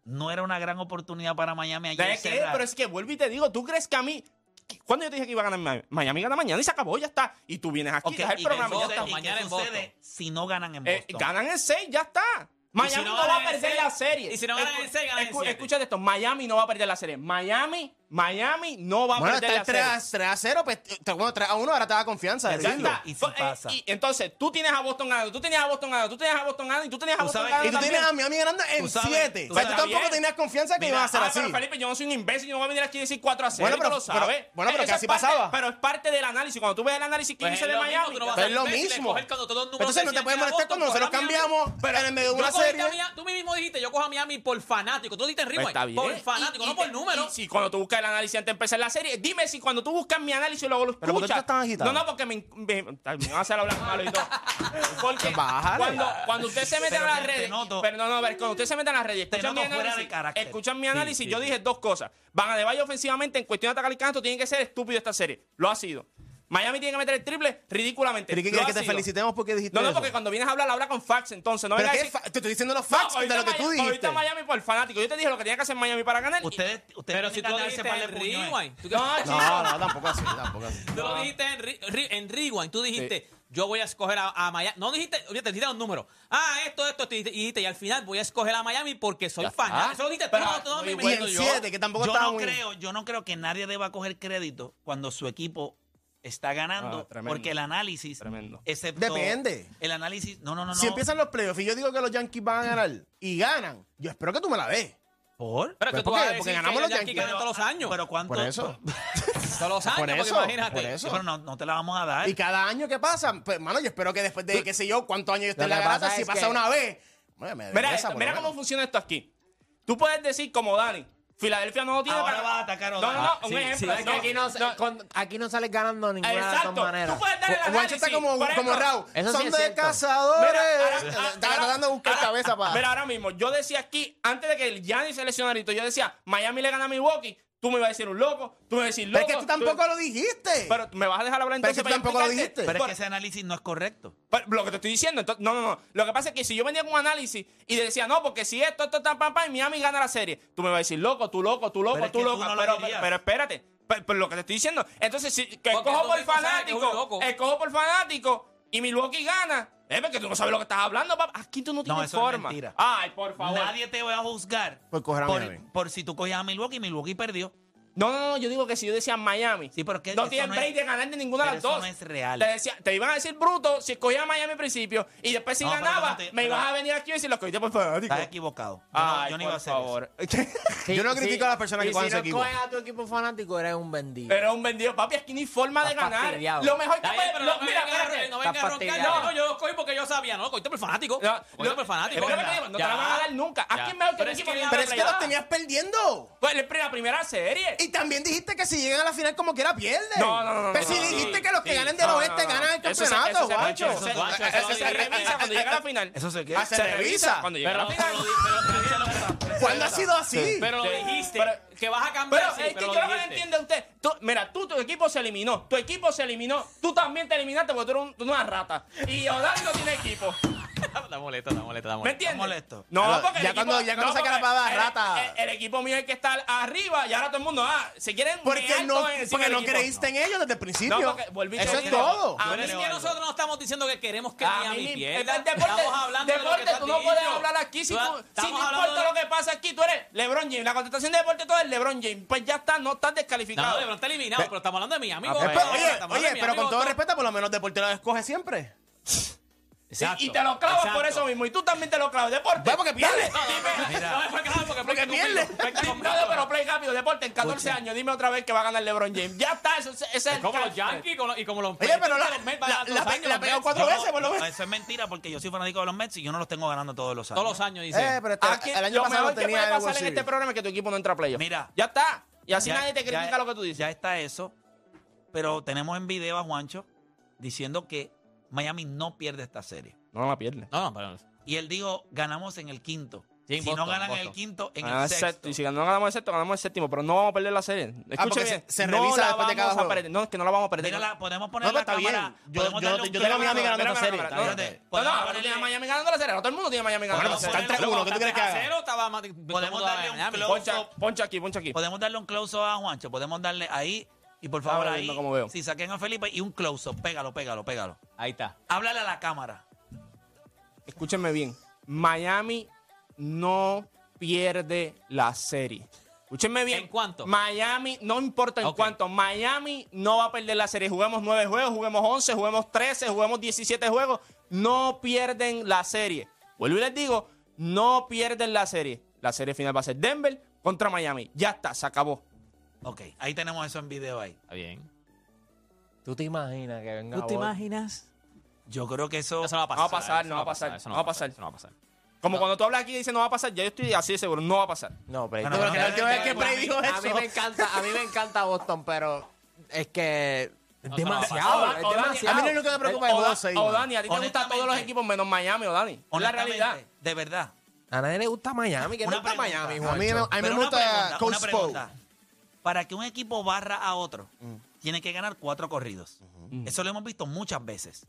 B: No era una gran oportunidad para Miami ayer.
E: ¿De qué?
B: cerrar.
E: Pero es que vuelvo y te digo, ¿tú crees que a mí... ¿Cuándo yo te dije que iba a ganar Miami? Miami gana mañana y se acabó, ya está. Y tú vienes aquí,
B: Ok,
E: das el
B: y
E: programa,
B: que
E: ya
B: sucede-
E: está.
B: y que
D: Mañana en
B: sucede
D: Boston.
B: si no ganan en
E: Eh,
B: Boston?
E: ganan en 6, ya está. Miami
D: no
E: no, va
D: ganan
E: a
D: en
E: perder
D: seis,
E: la serie.
D: y si no ganan en seis, ganan en siete.
E: Escucha esto, Miami no va a perder la serie. Miami, Miami no va a
F: Bueno, este
E: perder
F: está
E: la
F: el 3
E: serie.
F: a, 3 a 0, pues, te- bueno, 3 a 1, ahora te da confianza. de
E: Ya
F: decirlo.
E: está.
B: Y si
E: Fue- eh,
B: pasa.
E: y entonces, tú tienes a Boston ganando, tú tienes a Boston ganando, tú tienes a Boston ganando y tú tienes a
B: Tú
E: Boston
B: sabes-
E: ganando
F: Y tú tienes
E: también.
F: a Miami ganando en
B: Tú sabes,
F: 7.
B: tú
F: O sea, tú
B: sabes.
F: tampoco
E: Bien.
F: tenías confianza que iban a ser
E: ah,
F: así.
E: pero Felipe, yo no soy un imbécil, yo no voy a venir aquí a decir 4 a 0.
F: Bueno,
E: tú
F: pero-
E: lo sabes.
F: pero- bueno, pero
E: Eso es
F: casi
E: parte-
F: pasaba.
E: Pero es parte del análisis. Cuando tú ves el análisis que
D: Pues
E: hice
D: es
E: de
D: lo mismo,
E: Miami,
D: tú no vas
F: Pero
D: a
F: es lo
D: imbécil,
F: mismo.
D: escoger cuando todos los números
F: Entonces no te
D: decían
F: puedes
D: que era
F: molestar cuando
D: Boston,
F: nosotros
D: coger a Miami.
F: cambiamos en el medio de
D: Yo
F: una
D: cogí a
F: serie.
D: Miami- tú mismo dijiste, yo cojo a Miami por fanático. Tú dijiste en
E: Pues
D: Rewind, por fanático,
E: Y- y-
D: no por
E: y-
D: número.
E: y Si cuando tú buscas el análisis antes de empezar la serie, dime si cuando tú buscas mi análisis luego lo
F: Pero ¿por qué tú
E: escuchas.
F: estás tan agitado?
E: No, no, porque me, me, me van a hacer hablar malo
F: [laughs]
E: y todo. Porque
F: Bájale.
E: cuando, cuando usted se mete
B: Pero
E: a las
B: te- te
E: redes,
B: noto-
E: pero no, no, a ver, cuando usted se mete a las redes,
B: Te
E: escuchan mi
B: noto fuera de
E: análisis,
B: carácter.
E: escuchan mi
B: Sí,
E: análisis,
B: sí,
E: yo
B: sí.
E: dije dos cosas. Van a de Valle ofensivamente en cuestión de atacar el canto, tiene que ser estúpido esta serie. Lo ha sido. Miami tiene que meter el triple ridículamente.
F: ¿Pero qué
E: Lo
F: quieres
E: ha
F: que te
E: sido.
F: felicitemos porque dijiste
E: No, no,
F: eso?
E: porque cuando vienes a hablar, habla con facts, entonces no
F: Pero
E: vengas a
F: qué
E: decir-
F: fa- te estoy diciendo los facts
E: no,
F: de lo que tú
E: Miami-
F: dijiste.
E: Ahorita Miami por fanático. Yo te dije lo que tenía que hacer Miami para ganar. y-
B: Ustedes, ustedes
D: Pero si tú
B: tienen
D: lo
B: que
D: dijiste
B: darse
D: en
B: par de puños, eh.
D: Rewind, tú que-
E: No, chico,
F: No, no, tampoco así, tampoco así.
D: [laughs] Tú lo dijiste en, Re- Re- en Rewind, tú dijiste, yo voy a escoger a, a Miami. No dijiste, oye, te dijiste los números. Ah, esto, esto, esto, y dijiste- y dijiste, y al final voy a escoger a Miami porque soy fanático. Eso lo dijiste tú,
E: Pero-
D: no, tú no me
E: y
F: Y en
D: invento yo.
F: 7, que tampoco
B: yo
F: estaba
B: no
F: muy...
B: creo, yo no creo que nadie deba coger crédito cuando su equipo está ganando,
E: Ah, tremendo.
B: porque el análisis,
E: Tremendo.
B: excepto
F: Depende.
B: el análisis, no, no, no, no,
F: Si empiezan los playoffs y yo digo que los Yankees van a ganar y ganan, yo espero que tú me la des.
B: por,
D: Pero es
F: Pues,
D: que tú
F: ¿por
D: vas
F: qué?
D: a decir
F: Porque
D: que
F: ganamos los
D: los Yankees
F: Yankees.
D: ganan todos los años.
B: pero cuánto,
F: Por eso.
D: todos los años,
F: Por
D: porque
F: eso.
D: imagínate.
F: Por
B: Sí,
F: eso.
B: pero no, no te la vamos a dar.
F: [laughs] Y cada año que pasa, pues, mano, yo espero que después de, qué sé yo, cuántos años yo esté
C: Lo
F: en la
C: que
F: garata,
C: pasa
F: si
C: es
F: pasa
C: que-
F: una vez, bueno, me
E: Mira,
F: regresa,
E: esto-
F: por lo
E: mira
F: menos.
E: cómo funciona esto aquí. Tú puedes decir, como Dani, Filadelfia no lo tiene
B: Ahora
E: para.
B: vas a atacar a
E: No, no,
B: Dani.
E: no, un
D: Sí,
E: ejemplo.
D: sí,
E: no,
C: aquí, no, con- aquí no sales ganando de ninguna de
E: Exacto.
C: las maneras.
E: Tú puedes darle la
F: Juancho está como,
E: Por ejemplo,
F: como Raúl.
C: Eso sí
F: Son
C: es
F: de
C: cierto.
F: cazadores.
E: Mira, ahora-
F: Está
E: ahora-
F: tratando de buscar
E: ahora-
F: cabeza para.
E: Mira, ahora mismo, yo decía aquí, antes de que el Giannis se lesionara, y todo, yo decía, Miami le gana a Milwaukee, tú me ibas a decir un loco, tú me ibas a decir loco.
F: pero es que tú tampoco lo dijiste.
E: Pero me vas a dejar hablar
F: Pero es
E: entonces.
F: que tú
E: para yo
F: tampoco lo
E: explicarte?
F: dijiste.
B: pero es
E: Por-
B: que ese análisis no es correcto.
E: Pero lo que te estoy diciendo, entonces, no, no, no. Lo que pasa es que si yo venía con un análisis y decía, no, porque si esto, esto, tan, pam, pam, y Miami gana la serie, tú me vas a decir, loco, tú loco, tú loco,
B: Pero es
E: tú
B: que tú
E: loco.
B: no lo
E: pero,
B: dirías.
E: pero espérate, pero, pero lo que te estoy diciendo, entonces, si que
D: Porque
E: escojo
D: tú
E: por
D: mismo sabes que es un
E: fanático,
D: loco.
E: escojo por fanático y Milwaukee gana, es porque tú no sabes lo que estás hablando, papá. Aquí tú no tienes
B: eso es
E: forma.
B: mentira.
E: Ay, por favor.
B: Nadie te va a juzgar
F: Por coger a Miami.
B: por, por si tú cogías a Milwaukee y Milwaukee perdió.
E: No, no, no, yo digo que si yo decía Miami,
B: Sí, pero que
E: no
B: eso
E: tienen
B: no es-
E: break de ganar de ninguna de
B: pero
E: las
B: eso
E: dos.
B: no es real.
E: Te, decía- te iban a decir bruto si escogía a Miami al principio y después si
B: No, pero
E: ganaba,
B: no te-
E: me
B: pero-
E: ibas a venir aquí y decir, lo escogiste por fanático.
B: Estás equivocado. Yo no-
E: Ay,
B: yo no
E: por
B: iba a hacer eso. [laughs]
E: favor.
F: Yo no critico a las personas que
C: y
F: juegan
C: si
F: ese equipo.
C: no coges a tu equipo fanático, eres un vendido.
E: Pero un vendido, papi, es que ni forma de
C: Estás
E: ganar.
C: fastidiado.
E: Lo mejor que
D: Está bien,
E: puede.
D: pero
E: lo-
D: no me
E: Mira,
D: venga a ro-
E: espérate.
D: no venga a
C: Estás
D: roncar.
C: fastidiado.
D: No, yo lo cogí porque yo sabía. No, lo cogiste por fanático.
E: No,
D: Lo cogiste por fanático.
E: es lo que te Ah, digo, no te la van a dar nunca. ¿A
D: Ya.
E: quién mejor que
D: Pero
E: un
D: es
E: equipo
D: que-
E: que
F: Pero
E: gana
F: es que los
E: playoff?
F: tenías perdiendo.
E: Pues la primera- primera serie.
F: Y también dijiste que si llegan a la final como quiera pierden.
E: No, no, no, no,
F: Pero
E: no,
F: si
E: no,
F: dijiste
D: sí,
F: que los que
D: sí.
F: ganen del
E: No, no,
F: oeste
E: no,
F: ganan el
E: no. Eso se- eso
F: campeonato,
E: se-
F: guacho.
E: eso se-
D: guacho,
E: eso
D: eso
E: se
D: se-
E: revisa cuando llega a la final.
B: Eso se
F: Ah, se
E: Se revisa
F: revisa.
E: cuando llega a la final.
D: Pero- pero- pero-
F: ¿Cuándo ha sido así?
D: Pero lo
E: Sí.
D: dijiste.
E: Pero-
D: que vas a cambiar.
E: Pero
D: sí,
E: es que
D: pero
E: yo
D: lo
E: creo que no
D: dijiste.
E: entiende usted. Tú- mira, tú, tu equipo se eliminó. Tu equipo se eliminó. Tú también te eliminaste porque tú eres un- tú eres una rata. Y Orlando tiene equipo.
D: [laughs] Está molesto, está molesto, está
E: ¿Me
D: molesto.
E: entiendes?
B: molesto.
E: No,
F: Claro,
E: porque. el
F: ya
E: equipo-
F: cuando- ya cuando
E: no,
F: saca la
E: porque
F: palabra
E: el-
F: rata.
E: El, el equipo mío es el que está arriba y ahora todo el mundo. Ah, se quieren.
F: Porque
E: mear
F: no,
E: todos encima
F: porque
E: del
F: no
E: equipo.
F: creíste en ellos desde
E: No,
F: el principio.
E: porque volviste
F: Eso
E: a
F: es
E: decir-
F: todo.
E: Ah,
D: Pero
E: mí
D: es
E: me
D: que
E: leo.
D: nosotros no estamos diciendo que queremos que
E: A
D: Miami
E: mí-
D: pierda.
E: el deporte,
D: estamos hablando de lo que
E: deporte
D: tú,
E: tú
D: has
E: no puedes
D: dicho.
E: hablar aquí si,
D: Tú-
E: tú- si te
D: estamos
E: importa
D: hablando de-
E: lo que pasa aquí, tú eres LeBron James. La contestación de deporte todo es LeBron James. Pues ya está, no estás
D: No,
E: descalificado.
D: de pronto eliminado, pero estamos hablando de mi amigo.
F: Después-
D: Estamos
F: oye,
D: hablando de
F: oye,
D: mi
F: pero
D: amigo,
F: con todo
D: todo.
F: respeto, por lo menos Deporte lo escoge siempre.
E: Sí, y te lo clavas por eso mismo. Y tú también te lo clavas. Deporte.
F: Va, Pues, porque pierde.
D: Mira. No, es porque, no, porque,
F: Porque
D: conmigo,
F: pierde.
D: porque
E: No,
D: conmigo.
E: no, pero play rápido, deporte, en 14 años, dime otra vez que va a ganar LeBron James. Ya está, eso, ese es el
D: [laughs] Como los
E: cáncer.
D: Yankees como los- y como los
F: Oye, pero la,
D: los Mets,
F: la,
D: los
F: la,
D: años,
F: la
D: los
F: pegó
D: Mets.
F: cuatro
D: No,
F: veces, por lo menos.
B: Eso es mentira porque yo soy fanático de los Mets y yo no los tengo ganando todos los años.
D: [laughs] Todos los años, dice.
F: [laughs] Eh, pero este-
E: Aquí,
F: el año
E: lo
F: pasado
E: mejor que
F: tenía
E: puede
F: el World
E: pasar en este
F: Series.
E: programa es que tu equipo no entra a playoff.
B: Mira.
E: ya está. Y así
B: Ya-
E: nadie te critica
B: ya-
E: lo que tú dices.
B: Ya está eso. Pero tenemos en video a Juancho diciendo que Miami no pierde esta serie.
E: No la pierde.
D: No, no, pero.
B: Y él dijo, ganamos en el quinto.
D: Sí, en
B: si no
D: Boston,
B: ganan en
D: Boston.
B: el quinto, en
E: Ah,
B: el sexto.
E: sexto. Y si no ganamos el sexto, ganamos el séptimo. Pero no vamos a perder la serie. Escucha
F: Ah, porque
E: bien.
F: se- se
E: no
F: revisa
E: la
F: después de
E: vamos
F: cada
E: a
F: juego.
E: perder. No, es que no la vamos a perder.
B: Mira, la- podemos poner
F: No,
B: la
F: está
B: cámara.
F: bien. Yo-
B: podemos
F: yo-
B: darle un
F: yo tengo a
B: claro-
F: Miami ganando
B: Espérame,
F: esta serie.
B: espérame,
F: Está bien.
B: espérate.
E: No, no,
B: Podemos
E: ahora tú
B: ponerle-
E: tienes a Miami ganando la serie. Ahora todo el mundo tiene a Miami ganando
F: Bueno,
E: la
F: pues,
E: serie.
F: están 3-1, ¿qué tú crees que haga?
D: Cero estaba más-
B: Podemos darle un
D: Miami.
B: close.
E: Poncha, poncha aquí, poncha aquí.
B: Podemos darle un close-up a Juancho, podemos darle ahí. Y por favor,
E: Estaba
B: ahí,
E: viendo cómo veo.
B: si saquen a Felipe y un close-up, pégalo, pégalo, pégalo.
D: Ahí está.
B: Háblale a la cámara.
E: Escúchenme bien. Miami no pierde la serie. Escúchenme bien.
D: ¿En cuánto?
E: Miami, no importa en
D: Ok.
E: cuánto. Miami no va a perder la serie. Juguemos nueve juegos, juguemos 11, juguemos 13, juguemos 17 juegos. No pierden la serie. Vuelvo y les digo, no pierden la serie. La serie final va a ser Denver contra Miami. Ya está, se acabó.
B: Ok, ahí tenemos eso en video ahí.
D: Está bien.
C: ¿Tú te imaginas que venga Boston?
D: imaginas?
B: Yo creo que eso...
D: Eso no va a
E: No va a
D: pasar.
E: pasar, no va a pasar,
D: eso
E: no va a pasar.
D: eso no va a pasar.
E: Como cuando tú hablas aquí y dices no va a pasar, ya yo estoy así de seguro, no va a pasar.
C: No, pero
B: No, no,
C: yo
B: no,
C: creo
B: no,
C: que
B: no,
C: es
B: no,
C: que
B: no,
C: Bray
B: no,
C: dijo eso. A mí me encanta, a mí me encanta Boston, pero es que es
D: No,
C: demasiado,
E: Oda-
C: es
E: Odani-
C: demasiado.
F: A mí lo único que me preocupa es
E: Oda-
F: juego seis, mano.
E: Odani, a ti te gustan
B: Honestamente.
E: todos los equipos menos Miami, Odani. Es la
B: honestamente,
E: realidad.
B: De verdad.
C: A nadie le gusta Miami, que no
B: Una
C: está
B: pregunta.
C: Miami,
F: A mí, me-
C: Juancho.
F: a mí me
B: Pero una
F: gusta
B: pregunta, una
F: Coach Poe.
B: pregunta. Para que un equipo barra a otro, tiene que ganar cuatro corridos. Eso lo hemos visto muchas veces.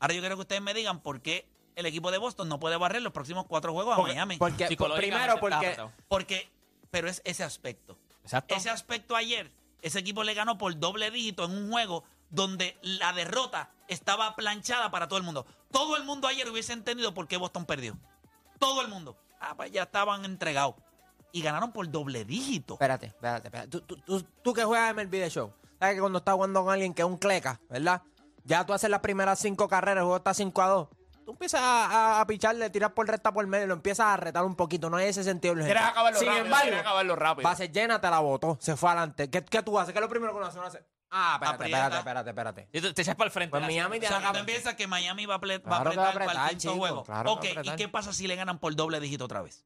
B: Ahora yo quiero que ustedes me digan por qué el equipo de Boston no puede barrer los próximos cuatro juegos a Miami.
C: Porque por-
D: Psicológicamente
C: primero
D: está
C: porque
D: apretado.
B: Porque, pero es ese aspecto.
D: Exacto.
B: Ese aspecto ayer, ese equipo le ganó por doble dígito en un juego donde la derrota estaba planchada para todo el mundo. Todo el mundo ayer hubiese entendido por qué Boston perdió. Todo el mundo. Ah, pues ya estaban entregados. Y ganaron por doble dígito.
C: Espérate, espérate, espérate. Tú, tú, tú- tú que juegas MLB de show, sabes que cuando estás jugando con alguien que es un cleca, ¿verdad? Ya tú haces las primeras cinco carreras, el juego está 5 a 2. Tú empiezas a, a- a picharle, tirar por recta por medio, lo empiezas a retar un poquito. No hay ese sentido. urgente.
E: Quieres acabarlo
C: Sin
E: rápido, quieres
C: embargo,
E: acabarlo rápido.
C: base llena te la botó, se fue adelante. ¿Qué, qué tú haces? ¿Qué es lo primero que uno hace? Uno hace, Ah, espérate,
B: Aprieta.
C: espérate, espérate, espérate.
D: Y Te, te echas para el frente.
C: Pues
D: la-
C: Miami
B: O
C: te
B: sea, que
C: acaba-
B: tú piensas que Miami va a, ple- va a
C: Claro que va a
B: apretar para
C: apretar,
B: el quinto
C: chico,
B: juego.
C: claro que
B: ok,
C: va a apretar.
B: ¿y qué pasa si le ganan por doble dígito otra vez?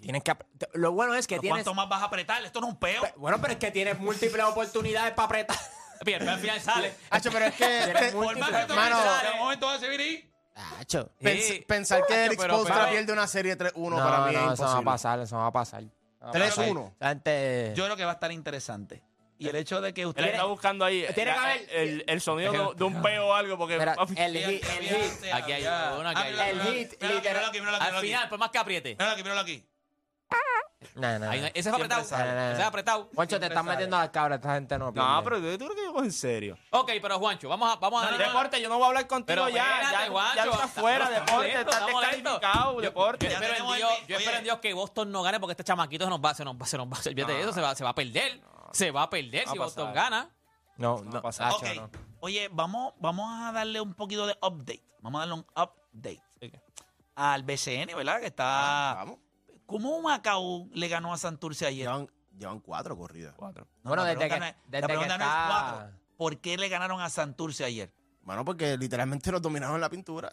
C: Tienes que. apre- Lo bueno es que
B: ¿Pero
C: tienes.
B: ¿Cuánto más vas a apretar? Esto no es un peo.
C: Pe- Bueno, pero es que tienes múltiples oportunidades para apretar.
D: Bien, pero al final sale.
F: Hacho, pero es que.
C: Tienes
F: pe-
C: múltiples.
B: Volvemos a
F: Mano.
B: comenzar, en un momento hace venir.
C: Hacho.
F: pens-
D: Sí.
F: Pensar que Eric
D: pero-
F: Spoelstra
D: pero-
F: pierde una serie 3-1
C: No,
F: para mí
C: no, eso
F: es
C: no va a
F: imposible.
C: pasar, eso no va a pasar. No va a
F: 3-1.
C: pasar. La gente-
B: Yo creo que va a estar interesante. Y el hecho de que
E: Él
B: ustedes...
E: está buscando ahí eh,
C: Tiene que
E: la-
C: haber-
E: el, el- el sonido de- de un peo o algo. porque
C: Mira,
E: papi,
C: el hit, el hit.
D: Aquí hay uno, aquí hay
C: El hit, literal.
D: Al final, por más que apriete.
B: Míralo aquí, míralo aquí.
C: No, no,
D: Ahí
C: no.
D: no- ese es apretado.
B: sale.
D: Ese es apretado.
C: Juancho, te estás metiendo a las cabras, esta gente no.
E: No,
C: aprende.
E: pero tú tú crees que yo cojo en serio.
D: Ok, pero Juancho, vamos a, vamos a
E: No,
D: darle-
E: deporte, yo no voy a hablar contigo
D: Pero
E: ya.
D: espérate,
E: ya,
D: Juancho,
E: ya estás
D: está-
E: fuera,
D: estamos
E: deporte.
D: listos,
E: Estás
D: estamos listos.
E: descalificado, deporte.
D: Yo espero, en
B: tenemos el
D: Dios,
B: beat.
D: yo espero en
B: Oye.
D: Dios que Boston no gane porque este chamaquito se nos va, se nos va, se nos va. Olvídate de eso, se va, se va a perder. Se va a perder
E: Va a
D: si Boston
E: pasar.
D: gana.
C: No, no, ah,
E: pasa.
C: Hacho,
B: Ok.
C: no.
B: Oye, vamos, vamos a darle un poquito de update. Vamos a darle un update al BCN, ¿verdad? Que está.
F: Ah, Vamos.
B: ¿Cómo Macao le ganó a Santurce ayer?
F: Llevan, llevan cuatro corridas.
B: No, la
C: Bueno, desde
B: pregunta
C: que-
B: no es- la
C: desde que
B: pregunta no
C: está-
B: es cuatro. ¿Por qué le ganaron a Santurce ayer?
F: Mano, porque literalmente los dominaron en la pintura.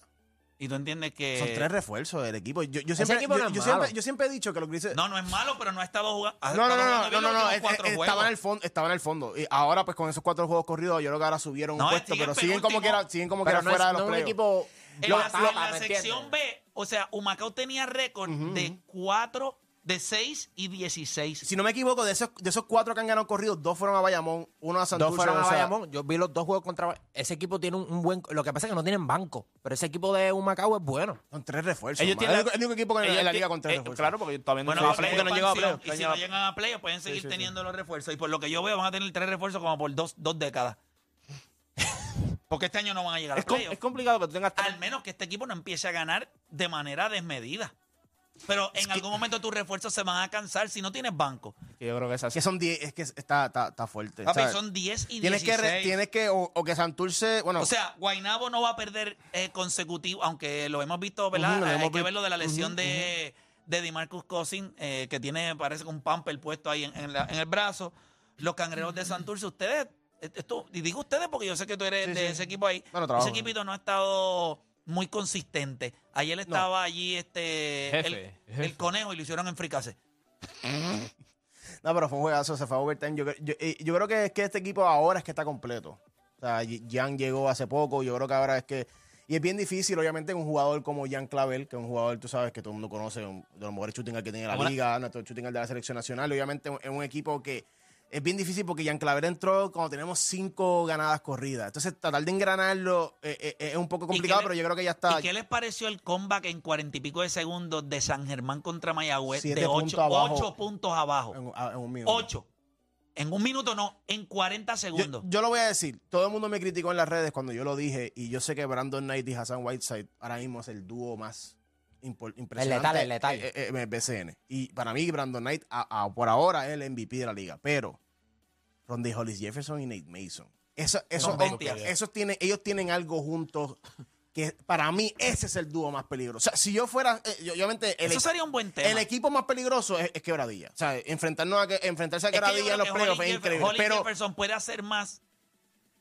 B: Y tú entiendes que.
F: Son tres refuerzos del equipo. Yo, yo siempre,
C: equipo
F: yo,
C: no es
F: yo siempre,
C: malo.
F: yo siempre he dicho que los grises.
B: No, no es malo, pero no ha estado jugando.
E: Ah,
B: ha
F: No, no,
B: estado
F: no, no,
B: jugando
F: no,
B: bien
F: no,
B: los
F: no, este,
B: últimos
F: es-
B: cuatro
F: es-
B: juegos.
F: estaban al fondo, estaban al fondo. Y ahora pues con esos cuatro juegos corridos, yo creo que ahora subieron un
B: No,
F: puesto,
B: siguen
F: pero siguen como
B: penúltimo.
F: quiera, siguen como
C: Pero
F: quiera
C: no
F: fuera
C: es
F: de los
C: no es un
F: playoffs.
C: equipo.
B: En
C: lo-
B: la,
C: lo-
B: en la
C: ¿me
B: sección
C: entiendes?
B: B, O sea, Humacao tenía récord de 4, de 6 y 16.
F: Si no me equivoco, de esos, de esos cuatro que han ganado corridos, dos fueron a Bayamón, uno a Santurce.
C: Dos fueron
F: o
C: a
F: sea,
C: Bayamón. Yo vi los dos juegos contra Bay- Ese equipo tiene un, un buen. Lo que pasa es que no tienen banco. Pero ese equipo de Humacao es bueno.
F: Son tres refuerzos.
E: Ellos
F: man.
E: tienen
F: Es el único- el único equipo en la-
E: ellos
F: en la liga
E: tienen-
F: con tres
E: eh,
F: refuerzos.
E: Claro, porque todavía no,
B: Bueno,
E: no,
B: va a playoff,
E: han llegado a
B: expansión,
E: playoff.
B: Y si
E: No
B: no
E: han llegado-
B: llegan a playoff, pueden seguir
F: sí, sí.
B: teniendo los refuerzos. Y por lo que yo veo, van a tener tres refuerzos como por dos, dos
E: [laughs]
B: décadas. Porque este año no van a llegar a
E: Es, com-
B: playoff.
E: es complicado que tú tengas tres-
B: Al menos que este equipo no empiece a ganar de manera desmedida. Pero en algún momento tus refuerzos se van a cansar si no tienes banco.
E: que Yo creo que es
F: Es que
E: así.
F: son 10, es que está, está, está fuerte.
B: Papi,
F: ¿sabes?
B: son 10 y
F: tienes
B: 16.
F: que, re- tienes que o, o que Santurce, bueno,
B: O sea, Guainabo no va a perder eh, consecutivo, aunque lo hemos visto, ¿verdad?
F: Ujú, lo
B: Hay
F: hemos
B: que
F: vi-
B: ver lo de la lesión de, de DeMarcus Cousin, eh, que tiene, parece que un pamper puesto ahí en, en la- en el brazo. Los cangrejeros de Santurce, ustedes, eh, esto, y digo ustedes porque yo sé que tú eres
F: Sí,
B: de
F: sí.
B: ese equipo ahí.
F: Bueno, trabajo.
B: ese equipito no ha estado muy consistente. Ayer estaba allí este
D: Jefe,
B: el, el conejo y lo hicieron en fricase.
F: no, pero fue un juegazo, se fue a overtime. Yo, cre- yo, eh, yo creo que es que este equipo ahora es que está completo. O sea, Ye- Jan llegó hace poco, yo creo que ahora es que. Y es bien difícil, obviamente, un jugador como Jan Clavel, que es un jugador, tú sabes, que todo el mundo conoce, un- de los mejores shooting que tiene la
D: Ahora-
F: liga, nuestro shooting de la selección nacional. Obviamente, es un equipo que es bien difícil porque Jan Clavel entró cuando tenemos cinco ganadas corridas. Entonces, tratar de engranarlo eh, eh, eh, es un poco
B: qué
F: complicado,
B: le-
F: pero yo creo que ya está.
B: ¿Y qué les pareció el comeback en cuarenta y pico de segundos de San Germán contra Mayagüez?
F: Siete
B: de
F: puntos
B: ocho,
F: abajo.
B: ocho puntos abajo.
F: en, a- en un minuto.
B: 8. En un minuto no, en 40
F: Yo,
B: segundos.
F: yo lo voy a decir. Todo el mundo me criticó en las redes cuando yo lo dije. Y yo sé que Brandon Knight y Hassan Whiteside ahora mismo es el dúo más impor- impresionante.
C: letal, el letal.
F: eh, eh, en el BCN. Y para mí, Brandon Knight a- a- por ahora es el MVP de la liga. Pero Ronde Hollis Jefferson y Nate Mason. Eso, eso,
B: Son bestias.
F: esos tienen, ellos tienen algo juntos que para mí ese es el dúo más peligroso. O sea, si yo fuera, eh, yo- obviamente, el,
B: Eso
F: equ-
B: sería un buen tema.
F: el equipo más peligroso es, es Quebradilla. O sea, enfrentarnos a, que- enfrentarse a
B: Es que yo
F: Quebradilla
B: creo
F: en los
B: que
F: playoffs
B: Hollis
F: es
B: Jeff-
F: increíble.
B: Hollis
F: Pero
B: Jefferson puede hacer más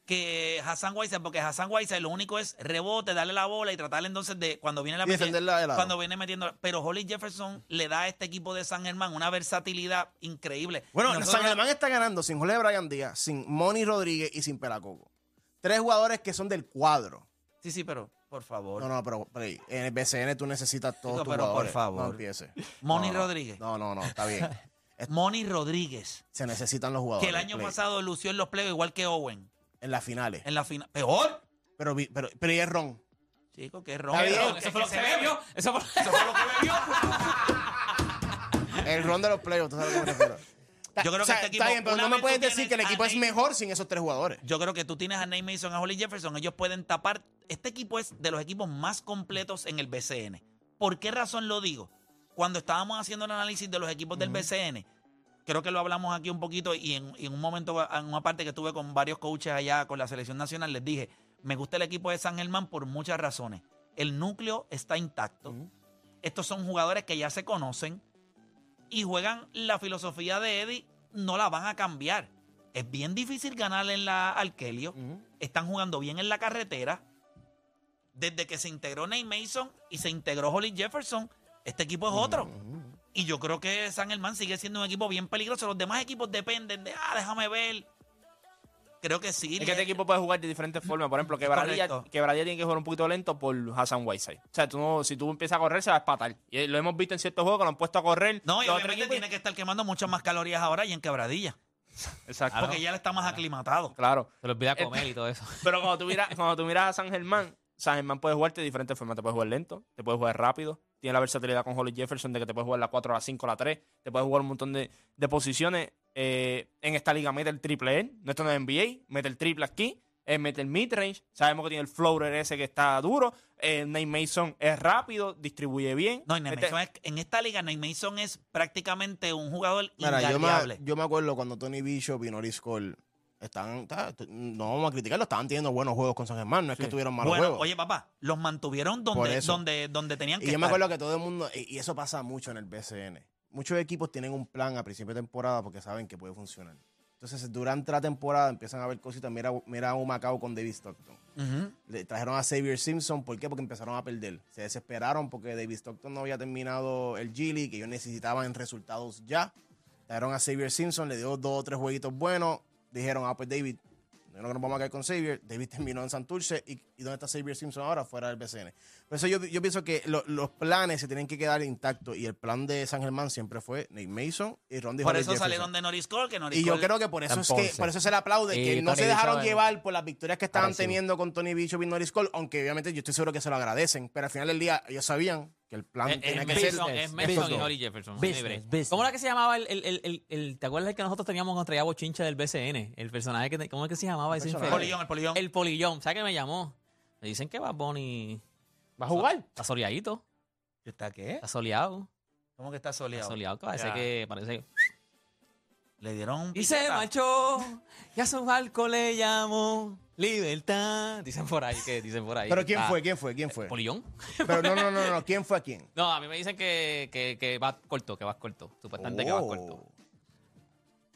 B: que Hassan Whiteside, porque Hassan Whiteside lo único es rebote, darle la bola y tratar entonces de cuando viene la
F: Y defenderla de lado.
B: cuando viene metiendo, pero Holly Jefferson le da a este equipo de San Germán una versatilidad increíble.
F: Bueno,
B: Nosotros-
F: San Germán está ganando sin Jorge Brian Díaz, sin Moni Rodríguez y sin Pelacoco. Tres jugadores que son del cuadro.
B: Sí, sí, pero por favor.
F: No, no, pero, pero eh, en el BCN tú necesitas todos
B: Chico,
F: tus
B: pero por
F: jugadores.
B: favor.
F: No empieces.
B: Moni
F: No, no,
B: Rodríguez.
F: No, no, no, está
B: [laughs]
F: bien. Es-
B: Moni Rodríguez,
F: Se necesitan los jugadores.
B: que el año
F: play,
B: pasado lució en los playoffs igual que Owen
F: En las finales.
B: en la final. Peor,
F: Pero, vi- pero, pero y es Ron.
B: chico, que ron.
F: Está bien.
B: Que
D: Eso fue lo
B: se
D: que
B: ve.
D: bebió. Eso fue eso fue lo que bebió.
F: El Ron de los playoffs, tú sabes a lo que me refiero.
B: creo que este equipo-
F: Está bien, pero
B: una
F: no me
B: vez
F: puedes
B: tú
F: decir que el
B: tienes a
F: equipo es
B: Nate-
F: mejor sin esos tres jugadores.
B: Yo creo que tú tienes a Nate Mason, a Holly Jefferson, ellos pueden tapar. Este equipo es de los equipos más completos en el BCN. ¿Por qué razón lo digo? Cuando estábamos haciendo el análisis de los equipos del BCN, creo que lo hablamos aquí un poquito y en, y en un momento, en una parte que estuve con varios coaches allá con la selección nacional, les dije, me gusta el equipo de San Germán por muchas razones. El núcleo está intacto. Estos son jugadores que ya se conocen y juegan la filosofía de Eddie, no la van a cambiar. Es bien difícil ganar en la Arkelio. Están jugando bien en la carretera. Desde que se integró Nate Mason y se integró Holly Jefferson, este equipo es otro. Y yo creo que San Germán sigue siendo un equipo bien peligroso. Los demás equipos dependen de, ah, déjame ver. Creo que sí.
E: Es que este equipo puede jugar
B: [laughs]
E: de diferentes formas. Por ejemplo, quebradilla,
B: Correcto.
E: quebradilla tiene que jugar un poquito lento por Hassan Whiteside. O sea, tú no, si tú empiezas a correr, se va a espatar. Y lo hemos visto en ciertos juegos que lo han puesto a correr.
B: No, y
E: los otros
B: obviamente
E: equipos y-
B: tiene que estar quemando muchas más calorías ahora y en quebradilla.
E: Exacto.
B: Porque ya le está más aclimatado.
E: Claro.
D: Se le olvida comer y todo eso.
E: Pero cuando tú miras, cuando tú miras a San Germán, San Germán puede jugarte de diferentes formas. Te puede jugar lento, te puede jugar rápido. Tiene la versatilidad con Holly Jefferson de que te puede jugar la 4, la 5, la 3. Te puede jugar un montón de, de posiciones. Eh, en esta liga mete el triple él. No, esto no es NBA. Mete el triple aquí. eh, mete el midrange. Sabemos que tiene el floater ese que está duro. Eh, Nate Mason es rápido, distribuye bien.
B: No, y Nate
E: Este-
B: Mason es- en esta liga Nate Mason es prácticamente un jugador
F: Mira, yo me,
B: inganeable.
F: yo me acuerdo cuando Tony Bishop y Norris Cole están, ta- t- no vamos a criticarlo, estaban teniendo buenos juegos con San Germán, no es que tuvieron malos
B: Bueno,
F: juegos.
B: oye papá, los mantuvieron
F: Por
B: donde,
F: eso.
B: donde, donde tenían que
F: y yo me
B: estar.
F: acuerdo que todo el mundo, y, y eso pasa mucho en el BCN, muchos equipos tienen un plan a principio de temporada porque saben que puede funcionar. Entonces, durante la temporada empiezan a ver cositas, mira, mira a un Macao con David Stockton.
B: Ujú.
F: Le trajeron a Xavier Simpson, ¿por qué? Porque empezaron a perder. Se desesperaron porque David Stockton no había terminado el G League, que ellos necesitaban resultados ya. Trajeron a Xavier Simpson, le dio dos o tres jueguitos buenos. Dijeron, ah, pues David, Primero que nos vamos a caer con Xavier. David terminó en Santurce. ¿Y, y dónde está Xavier Simpson ahora? Fuera del BCN. Por eso yo, yo pienso que lo- los planes se tienen que quedar intactos. Y el plan de San Germán siempre fue Nate Mason y Ron
B: Por eso salieron de Norris Cole, que Norris
F: y yo
B: Cole-
F: creo que por eso es que
C: Ponce.
F: por eso se le aplaude
C: Y
E: eh,
F: que no
C: Tony
F: se dejaron
C: Bichot en-
F: llevar por las victorias que estaban
C: Arecibo.
F: teniendo con Tony Bicho y Norris Cole, aunque obviamente yo estoy seguro que se lo agradecen, pero al final del día ellos sabían que el
D: [laughs]
F: plan
D: Es-
F: tenía
D: Es
F: que
D: Eh, Mason,
F: ser
D: es Mason y
C: business.
D: Holly Jefferson.
C: Business,
D: libre.
C: business.
D: ¿Cómo era que se llamaba el, el, el, el, el- ¿Te acuerdas el que nosotros teníamos contra Yabo Chincha del BCN? El personaje que. te- ¿Cómo es que se llamaba ese
F: personaje.
D: infeliz?
B: Polillón, el polillón.
D: El polillón. ¿Sabes qué me llamó? Me dicen que va Bonnie.
E: ¿Va a jugar?
D: Está soleadito.
B: ¿Está qué?
D: Está soleado.
B: ¿Cómo que está
D: Está
B: soleado?
D: soleado. que Parece
E: Ya.
D: que. Parece que-
B: Le dieron un
D: Y se
B: piqueta.
D: marchó. Y a su barco le llamó. Libertad. Dicen por ahí que. Dicen por ahí.
F: Pero
D: que
F: quién
D: está-
F: fue, quién fue, quién fue.
D: Polillón.
F: Pero no, no, no, no, quién fue a quién.
D: No, a mí me dicen que, que, que va corto, que va corto. Supuestamente que va
F: Oh.
D: corto.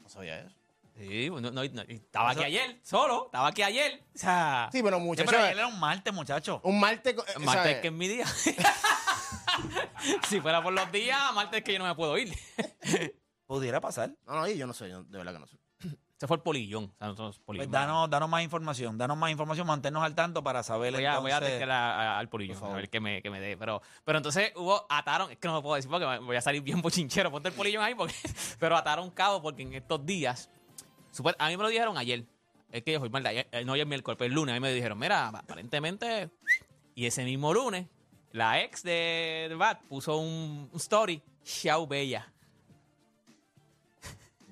F: No sabía eso.
D: Sí, no, no, no, estaba aquí ayer, solo, estaba aquí ayer. O sea,
F: Sí, pero
B: Sí,
F: muchachos,
B: pero ayer era un martes, muchacho.
F: un martes, co- eh,
D: martes
F: ¿sabes?
D: que es mi día. [laughs] si fuera por los días, martes que yo no me puedo ir.
B: Pudiera pasar.
F: No, no, yo no sé, yo de verdad que no sé.
D: Se fue el polillón. O sea, nosotros polillón.
B: Pues danos, danos más información, danos más información, manténnos al tanto para saber
D: Voy a, voy a
B: entonces-
D: textear a- a- al polillón,
F: Por favor.
D: a ver qué me, que me dé. Pero, pero entonces hubo, ataron, es que no me puedo decir porque voy a salir bien bochinchero, ponte el polillón ahí, porque, [laughs] pero ataron cabo porque en estos días, supuest- a mí me lo dijeron ayer, es que fue mal, ayer- eh, no ayer miércoles, pero el lunes, a mí me dijeron, mira, aparentemente, y ese mismo lunes, la ex de, de Bat puso un, un story, chao bella.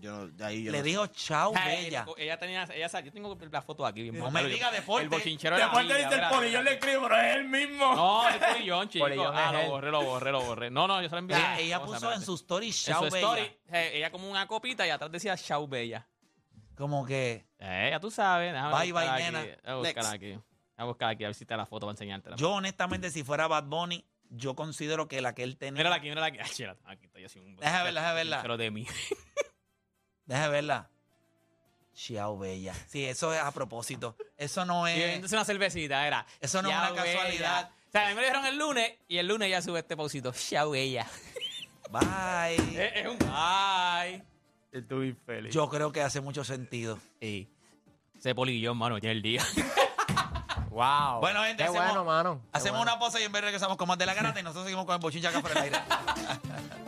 F: Yo no, de ahí yo
B: Le
F: no
B: dijo chao,
D: Ah, él-
B: bella.
D: Ella tenía, ella, sa- yo tengo la foto aquí. Bien
B: No
D: brutal,
B: me
D: yo-
B: diga deporte.
D: El bochinchero de la
E: Después le
D: liga,
E: dice el
D: mira,
E: polillón, le escribo, pero es el mismo.
D: No, es polillón, chico.
C: Polillón
D: ah,
C: es
D: lo
C: él.
D: borré, lo borré, lo borré. No, no, yo se lo envié.
B: Ella, ella
D: Vamos a
B: puso en
D: espérate.
B: su story
D: En
B: chao,
D: su
B: bella.
D: story, eh, ella como una copita y atrás decía chau bella.
B: Como que
D: Eh, ya tú sabes. Déjame
B: Bye,
D: buscar
B: bye,
D: aquí,
B: nena.
D: Déjame buscarla aquí. Déjame buscarla aquí, a ver si está la foto para enseñártela.
B: yo honestamente, si fuera Bad Bunny, yo considero que la que él tenía...
D: Mírala aquí, mírala aquí. Ay, chela, aquí estoy así un...
B: Deja verla, deja verla.
D: Pero de mí.
B: Deja de verla. Chao, bella. Sí, eso es a propósito. Eso no
D: Y
B: es...
D: entonces una cervecita, era.
B: Eso no es una
D: "Chau, bella".
B: casualidad.
D: O sea, a mí me lo dijeron el lunes y el lunes ya sube este pausito. Chau bella.
B: Bye.
D: Eh, Es un bye.
E: Estoy feliz.
B: Yo creo que hace mucho sentido.
D: Sí. Ese polillón, mano, tiene el día.
C: Wow.
B: Bueno, gente,
C: Qué
B: hacemos-
C: bueno, mano. Qué
B: Hacemos
C: bueno.
B: una pausa y en breve regresamos con más de la garata y nosotros seguimos con el bochincha acá por el aire.